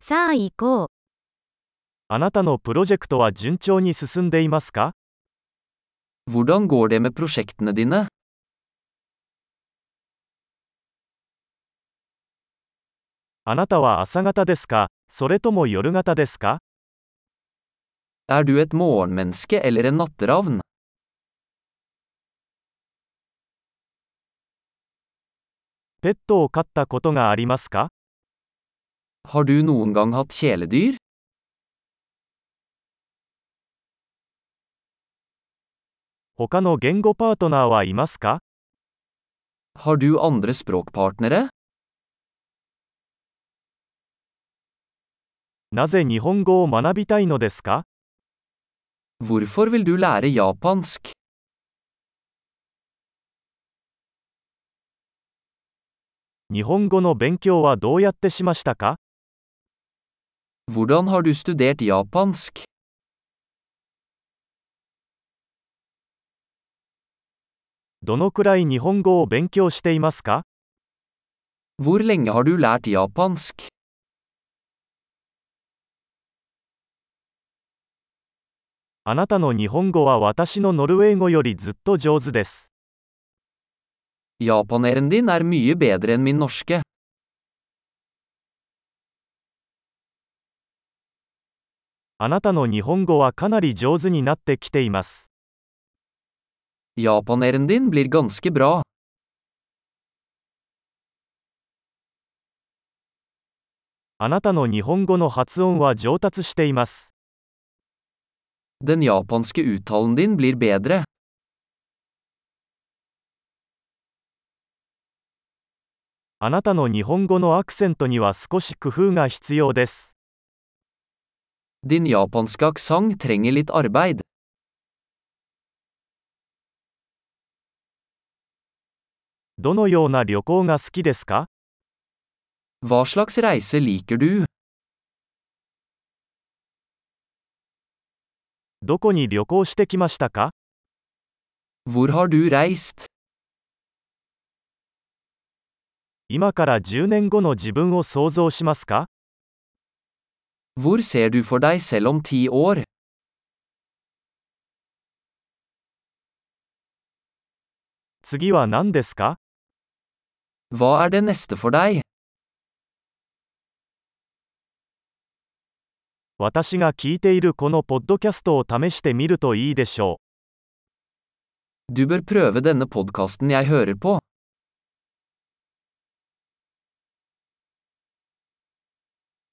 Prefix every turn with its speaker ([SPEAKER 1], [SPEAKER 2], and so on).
[SPEAKER 1] さあ行こう。
[SPEAKER 2] あなたのプロジェクトは順調に進んでいますか
[SPEAKER 3] Hvordan går det med prosjektene dine?
[SPEAKER 2] あなたは朝方ですかそれとも夜型ですか
[SPEAKER 3] Er du et morgenmenneske eller en natteravn?
[SPEAKER 2] ペットを飼ったことがありますか
[SPEAKER 3] Har du noen gang hatt kjæledyr?
[SPEAKER 2] 他の言語パートナーはいますか
[SPEAKER 3] Har du andre språkpartnere?
[SPEAKER 2] なぜ日本語を学びたいのですか
[SPEAKER 3] Hvorfor vil du lære japansk?
[SPEAKER 2] 日本語の勉強はどうやってしましたか
[SPEAKER 3] Hvordan har du studert japansk?
[SPEAKER 2] どのくらい日本語を勉強していますか
[SPEAKER 3] Hvor lenge har du lært japansk?
[SPEAKER 2] あなたの日本語は私のノルウェー語よりずっと上手です。
[SPEAKER 3] Japaneren din er mye bedre enn min norske.
[SPEAKER 2] あなたの日本語はかなり上手になってきています。
[SPEAKER 3] Japaneren din blir ganske bra.
[SPEAKER 2] あなたの日本語の発音は上達しています。
[SPEAKER 3] Den japanske uttalen din blir bedre.
[SPEAKER 2] あなたの日本語のアクセントには少し工夫が必要です。
[SPEAKER 3] Din japanske aksent trenger litt arbeid.
[SPEAKER 2] どのような旅行が好きですか
[SPEAKER 3] Hva slags reise liker du?
[SPEAKER 2] どこに旅行してきましたか
[SPEAKER 3] Hvor har du reist?
[SPEAKER 2] 今から10年後の自分を想像しますか
[SPEAKER 3] Hvor ser du for deg selv om ti år?
[SPEAKER 2] 次は何ですか
[SPEAKER 3] Hva er det neste for deg?
[SPEAKER 2] 私が聞いているこのポッドキャストを試してみるといいでしょう。
[SPEAKER 3] Du bør prøve denne podkasten jeg hører på.